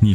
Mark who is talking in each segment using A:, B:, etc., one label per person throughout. A: 你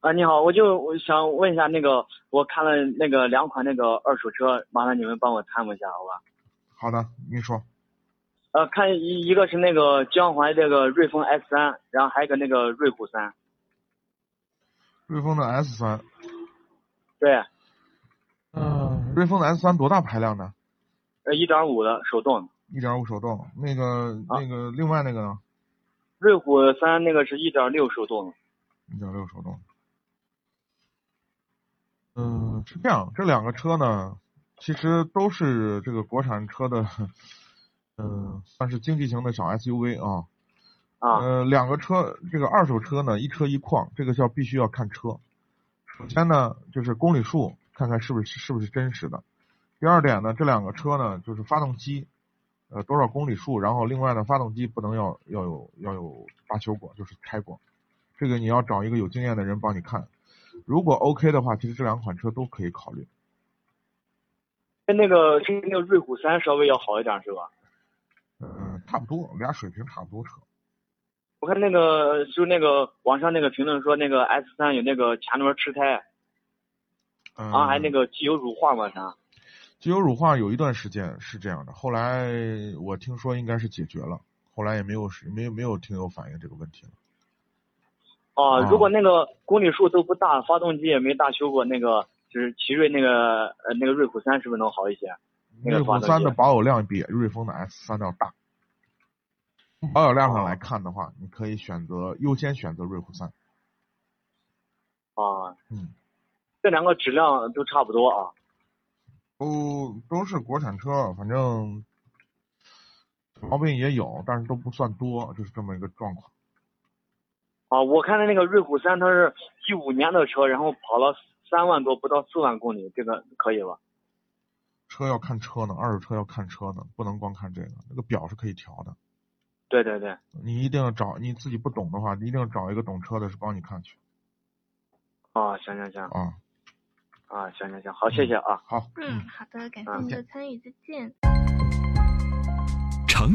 B: 啊，你好，我就我想问一下那个，我看了那个两款那个二手车，麻烦你们帮我参谋一下，好吧？
C: 好的，你说。
B: 呃，看一一个是那个江淮这个瑞风 S 三，然后还有一个那个瑞虎三，
C: 瑞风的 S 三，
B: 对，
C: 嗯，瑞风的 S 三多大排量的？
B: 呃，一点五的手动的，
C: 一点五手动。那个、
B: 啊
C: 那个，另外那个呢？
B: 瑞虎三那个是一点六手动的，
C: 一点六手动。嗯，是这样，这两个车呢，其实都是这个国产车的，嗯，算是经济型的小 SUV 啊。
B: 啊，
C: 呃，两个车，这个二手车呢，一车一况，这个叫必须要看车。首先呢，就是公里数，看看是不是是不是真实的。第二点呢，这两个车呢，就是发动机，呃，多少公里数，然后另外呢，发动机不能要要有要有大修过，就是拆过。这个你要找一个有经验的人帮你看。如果 OK 的话，其实这两款车都可以考虑。
B: 跟那个跟那个瑞虎三稍微要好一点是吧？
C: 嗯，差不多，俩水平差不多车。
B: 我看那个就是那个网上那个评论说那个 S 三有那个前轮吃胎，
C: 嗯，
B: 然啊后还有那个机油乳化嘛啥，
C: 机油乳化有一段时间是这样的，后来我听说应该是解决了，后来也没有没有没有听友反映这个问题了。
B: 哦
C: 哦，
B: 如果那个公里数都不大，发动机也没大修过，那个就是奇瑞那个呃那个瑞虎三是不是能好一些？那个
C: 瑞虎
B: 发动机
C: 三的保有量比瑞风的 S 三要大，从保有量上来看的话，你可以选择优先选择瑞虎三。
B: 啊，
C: 嗯，
B: 这两个质量都差不多啊。
C: 都都是国产车，反正毛病也有，但是都不算多，就是这么一个状况。
B: 啊，我看的那个瑞虎三，它是一五年的车，然后跑了三万多，不到四万公里，这个可以吧？
C: 车要看车呢，二手车要看车呢，不能光看这个，那个表是可以调的。
B: 对对对，
C: 你一定要找你自己不懂的话，你一定要找一个懂车的是帮你看去
B: 啊，行行行，
C: 啊。
B: 啊，行行行，好，谢谢啊。
C: 好，
D: 嗯，好的，感谢
B: 嗯
D: 您
C: 再
D: 的参与，再见。
A: 长